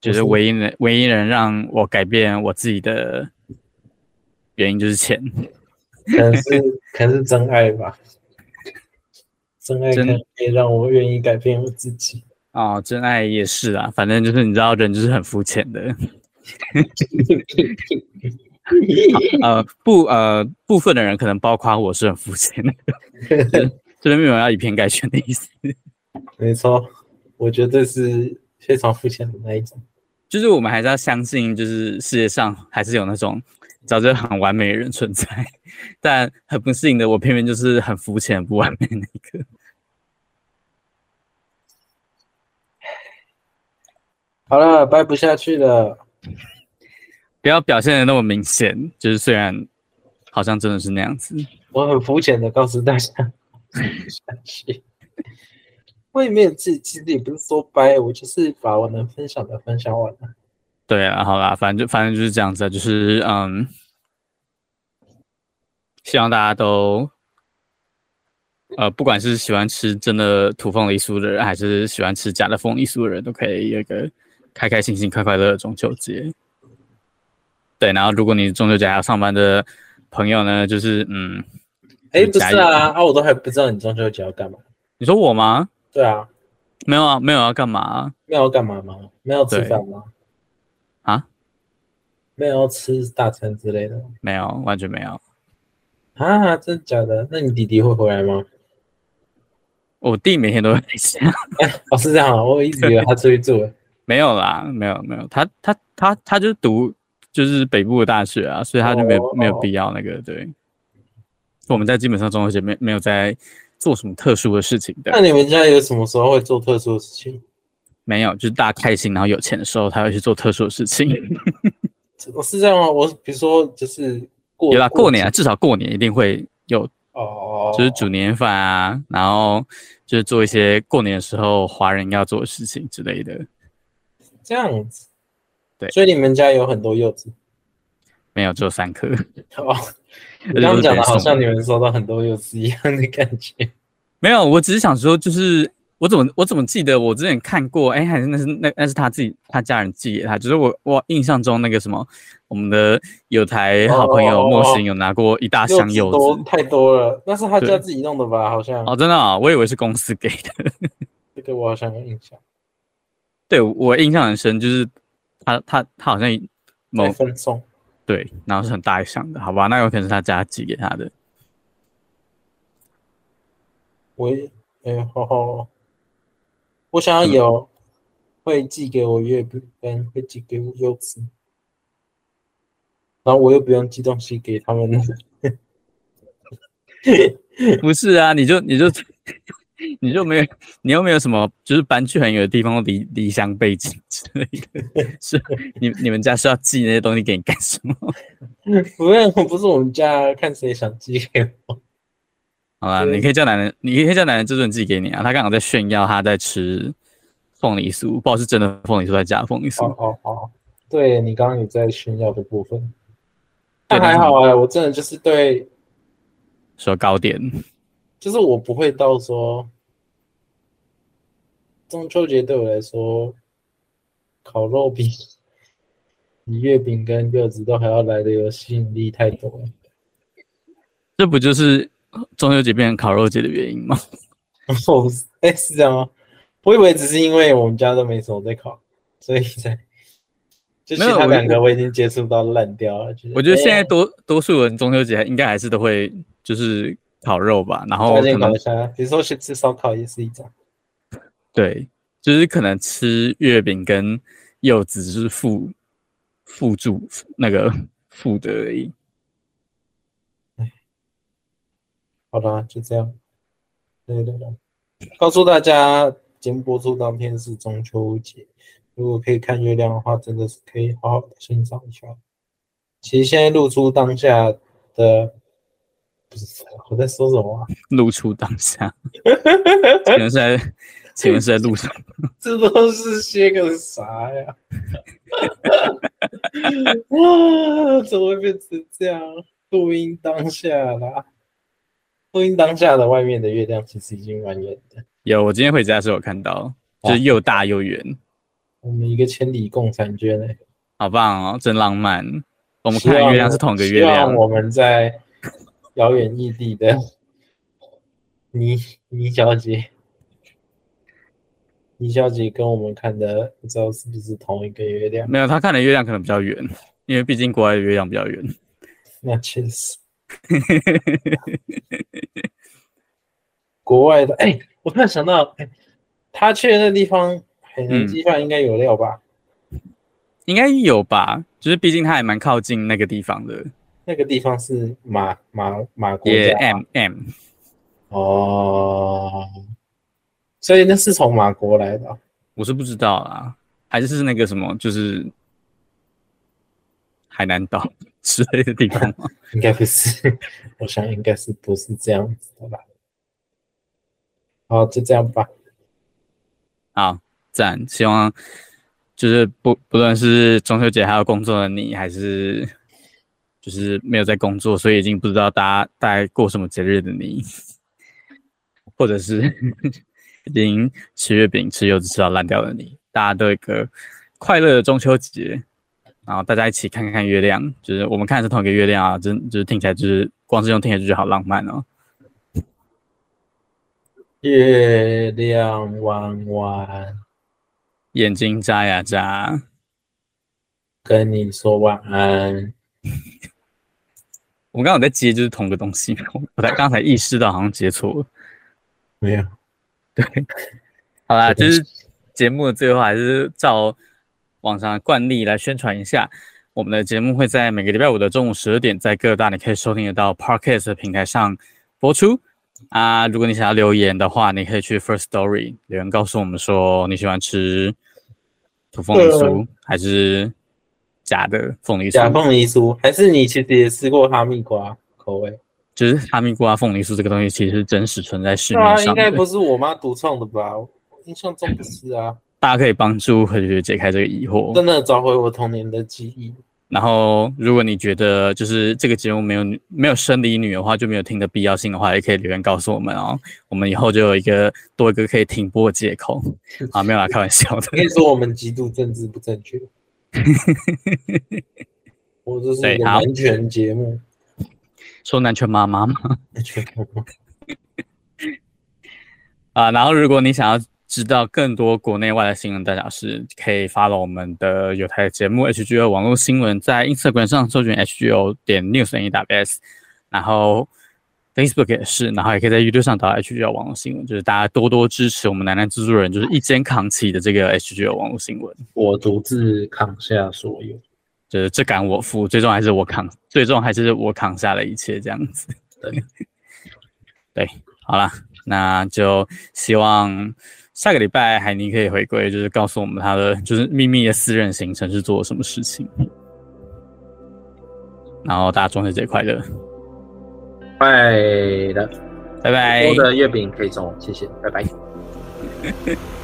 [SPEAKER 2] 就是唯一能唯一能让我改变我自己的原因就是钱，
[SPEAKER 1] 可能是 可能是真爱吧，真爱可
[SPEAKER 2] 真
[SPEAKER 1] 能可以让我愿意改变我自 己。
[SPEAKER 2] 哦，真爱也是啊，反正就是你知道人就是很肤浅的，呃部呃部分的人可能包括我是很肤浅的， 这边没有要以偏概全的意思，
[SPEAKER 1] 没错，我觉得是非常肤浅的那一种。
[SPEAKER 2] 就是我们还是要相信，就是世界上还是有那种早就很完美的人存在，但很不幸的我偏偏就是很肤浅不完美那一个。
[SPEAKER 1] 好了，掰不下去了。
[SPEAKER 2] 不要表现的那么明显，就是虽然好像真的是那样子，
[SPEAKER 1] 我很肤浅的告诉大家， 我也没有自己，其实也不是说掰，我就是把我能分享的分享完了。
[SPEAKER 2] 对啊，好啦，反正反正就是这样子啊，就是嗯，希望大家都，呃，不管是喜欢吃真的土凤梨酥的人，还是喜欢吃假的凤梨酥的人，都可以有一个开开心心、快快乐乐的中秋节。对，然后如果你中秋节还要上班的朋友呢，就是嗯，
[SPEAKER 1] 哎，
[SPEAKER 2] 嗯
[SPEAKER 1] 不
[SPEAKER 2] 加
[SPEAKER 1] 是
[SPEAKER 2] 油
[SPEAKER 1] 啊，啊，我都还不知道你中秋节要干嘛。
[SPEAKER 2] 你说我吗？
[SPEAKER 1] 对啊，
[SPEAKER 2] 没有啊，没有要干嘛啊、
[SPEAKER 1] 没有要干嘛吗？没有吃
[SPEAKER 2] 对
[SPEAKER 1] 饭吗？
[SPEAKER 2] 啊？
[SPEAKER 1] 没有要吃大餐之类的吗
[SPEAKER 2] 没有，完全没有。
[SPEAKER 1] 啊？真的假的？那你弟弟会回来吗？
[SPEAKER 2] 我弟每天都会这样，
[SPEAKER 1] 哦，是这样啊，我一直以为他出去住 了。
[SPEAKER 2] 没有啦，没有没有，他他他他就读就是北部的大学啊，所以他就没有、
[SPEAKER 1] 哦
[SPEAKER 2] 没有必要那个对。我们在基本上中秋节没没有在做什么特殊的事情
[SPEAKER 1] 那
[SPEAKER 2] 的，
[SPEAKER 1] 你们家有什么时候会做特殊的事情？
[SPEAKER 2] 没有，就是大家开心然后有钱的时候，他会去做特殊的事情。
[SPEAKER 1] 我哦是这样吗？啊我比如说就是过
[SPEAKER 2] 有啦，过年啊，
[SPEAKER 1] 节
[SPEAKER 2] 至少过年一定会有，
[SPEAKER 1] 哦，
[SPEAKER 2] 就是煮年饭啊，然后就是做一些过年的时候华人要做的事情之类的。
[SPEAKER 1] 这样子，
[SPEAKER 2] 对
[SPEAKER 1] 所以你们家有很多柚子
[SPEAKER 2] 没有，只有三颗。
[SPEAKER 1] 哦。
[SPEAKER 2] 而且
[SPEAKER 1] 你刚
[SPEAKER 2] 都
[SPEAKER 1] 刚讲的好
[SPEAKER 2] 是别人送
[SPEAKER 1] 像你们收到很多柚子一样的感觉。
[SPEAKER 2] 没有，我只是想说，就是我怎么我怎么记得我之前看过，哎、还是那是那那是他自己他家人寄给他，就是我我印象中那个什么，我们的有台好朋友
[SPEAKER 1] 哦
[SPEAKER 2] 莫欣有拿过一大箱柚子，
[SPEAKER 1] 多太多了，那是他家
[SPEAKER 2] 对
[SPEAKER 1] 自己弄的吧？好像、
[SPEAKER 2] 哦，真的、哦，我以为是公司给的。
[SPEAKER 1] 这个我好像有印象。
[SPEAKER 2] 对我印象很深，就是他他他好像某
[SPEAKER 1] 太分送，
[SPEAKER 2] 对，然后是很大一箱的，好吧，那有可能是他家寄给他的。
[SPEAKER 1] 我也哎好好，我想
[SPEAKER 2] 嗯
[SPEAKER 1] 要有会寄给我月饼跟会寄给我柚子，然后我又不用寄东西给他们。
[SPEAKER 2] 不是啊，你就你就 你就没有，你又没有什么，就是搬去很远的地方离离乡背景之类的， 是你你们家是要寄那些东西给你干什么？
[SPEAKER 1] 不用，不是我们家，看谁想寄给我。
[SPEAKER 2] 好啦，你可以叫男人，你可以叫男人这顿寄给你啊，他刚好在炫耀他在吃凤梨酥，不知道是真的凤梨酥还是假的凤梨酥。
[SPEAKER 1] 哦哦哦，对你刚刚有在炫耀的部分，
[SPEAKER 2] 对
[SPEAKER 1] 但还
[SPEAKER 2] 但是
[SPEAKER 1] 好哎、我真的就是对，
[SPEAKER 2] 说糕点，
[SPEAKER 1] 就是我不会到说，中秋节对我来说，烤肉比比月饼跟柚子都还要来的有吸引力太多了。
[SPEAKER 2] 这不就是中秋节变成烤肉节的原因吗？
[SPEAKER 1] 哦，哎，是这样吗？我以为只是因为我们家都没什么在烤，所以才就其
[SPEAKER 2] 没有
[SPEAKER 1] 他
[SPEAKER 2] 我
[SPEAKER 1] 两个我已经接触到烂掉了。就是
[SPEAKER 2] 我觉得
[SPEAKER 1] 哎
[SPEAKER 2] 现在多多数人中秋节应该还是都会就是烤肉吧，然后
[SPEAKER 1] 抓
[SPEAKER 2] 哦可
[SPEAKER 1] 紧
[SPEAKER 2] 能
[SPEAKER 1] 搞一啊下，比如说去吃烧烤也是一种。
[SPEAKER 2] 对，就是可能吃月饼跟柚子是附附注那个附的而已。
[SPEAKER 1] 好啦，就这样。对对对，告诉大家，节目播出当天是中秋节，如果可以看月亮的话，真的是可以好好的欣赏一下。其实现在露出当下的，不是我在说什么、啊？
[SPEAKER 2] 露出当下， 请问是在，请问是在路上？
[SPEAKER 1] 这都是些个啥呀？哇，啊怎么会变成这样？录音当下啦，录音当下的外面的月亮其实已经蛮远的。
[SPEAKER 2] 有，我今天回家的时候有看到，
[SPEAKER 1] 哇
[SPEAKER 2] 就是又大又圆，
[SPEAKER 1] 我们一个千里共婵娟欸呢、
[SPEAKER 2] 好棒哦，真浪漫。
[SPEAKER 1] 我
[SPEAKER 2] 我们看月亮是同一个月
[SPEAKER 1] 希
[SPEAKER 2] 亮
[SPEAKER 1] 望，我们在遥远异地的 倪倪小姐，倪小姐跟我们看的不知道是不是同一个月亮？
[SPEAKER 2] 没有他看的月亮可能比较圆，因为毕竟国外的月亮比较圆。
[SPEAKER 1] 那确实，国外的哎、我突然想到，哎、他去的那地方海南鸡饭应该有料
[SPEAKER 2] 嗯
[SPEAKER 1] 吧？
[SPEAKER 2] 应该有吧，就是毕竟它还蛮靠近那个地方的，
[SPEAKER 1] 那个地方是马马马国
[SPEAKER 2] 也
[SPEAKER 1] 家
[SPEAKER 2] M M
[SPEAKER 1] 哦，所以那是从马国来的啊、
[SPEAKER 2] 我是不知道啦，还是是那个什么，就是海南岛 之类的地方吗？
[SPEAKER 1] 应该不是，我想应该是不是这样子的吧？好，就这样吧。
[SPEAKER 2] 好，赞！希望就是不不论是中秋节还有工作的你，还是就是没有在工作，所以已经不知道大家大概过什么节日的你，或者是 已经吃月饼、吃柚子吃到烂掉的你，大家都有一个快乐的中秋节。然后大家一起看看月亮，就是我们看的是同一个月亮啊，真就是听起来就是光是用听起来就觉得好浪漫哦。
[SPEAKER 1] 月亮弯弯，
[SPEAKER 2] 眼睛眨呀眨，
[SPEAKER 1] 跟你说晚安。
[SPEAKER 2] 我们刚好在接就是同个东西， 我才刚才意识到好像接错了。
[SPEAKER 1] 没有，
[SPEAKER 2] 好啦，
[SPEAKER 1] 这个
[SPEAKER 2] 就是节目的最后还是照往常的惯例来宣传一下，我们的节目会在每个礼拜五的中午十二点，在各大你可以收听得到 Podcast 的平台上播出。啊，如果你想要留言的话，你可以去 First Story 留言告诉我们说你喜欢吃土凤梨酥还是假的凤梨
[SPEAKER 1] 假
[SPEAKER 2] 酥，
[SPEAKER 1] 凤梨酥，还是你其实也吃过哈密瓜口味？
[SPEAKER 2] 就是哈密瓜凤梨酥这个东西其实是真实存在市
[SPEAKER 1] 对
[SPEAKER 2] 面
[SPEAKER 1] 啊，应
[SPEAKER 2] 上
[SPEAKER 1] 该不
[SPEAKER 2] 的，
[SPEAKER 1] 是我妈独创的吧？我印象中不是啊，
[SPEAKER 2] 大家可以帮助何学解开这个疑惑。
[SPEAKER 1] 真的找回我童年的记忆。
[SPEAKER 2] 然后，如果你觉得就是这个节目没有女没有生理女的话，就没有听的必要性的话，也可以留言告诉我们哦。我们以后就有一个多一个可以停播的借口啊，没有啦，开玩笑的
[SPEAKER 1] 你。可以说我们极度政治不正 确。我这是
[SPEAKER 2] 对
[SPEAKER 1] 一个
[SPEAKER 2] 好
[SPEAKER 1] 男权节目，
[SPEAKER 2] 说男权妈妈嘛
[SPEAKER 1] 男权节目
[SPEAKER 2] 啊，然后如果你想要知道更多国内外的新闻大小事，可以 follow 我们的有台节目 HGO 网络新闻，在 Instagram 上搜寻 HGO 点 news n e w s，然后 Facebook 也是，然后也可以在 YouTube 上找到 HGO 网络新闻，就是大家多多支持我们南南制作人，就是一肩扛起的这个 HGO 网络新闻，
[SPEAKER 1] 我独自扛下所有。
[SPEAKER 2] 就是这杆我负，最终还是我扛，最终还是我扛下了一切这样子。
[SPEAKER 1] 对，
[SPEAKER 2] 对，好啦，那就希望下个礼拜海尼可以回归，就是告诉我们他的就是秘密的私人行程是做了什么事情。然后大家中秋节快乐，
[SPEAKER 1] 拜了，
[SPEAKER 2] 拜拜。
[SPEAKER 1] 我的月饼可以送我，谢谢，拜拜。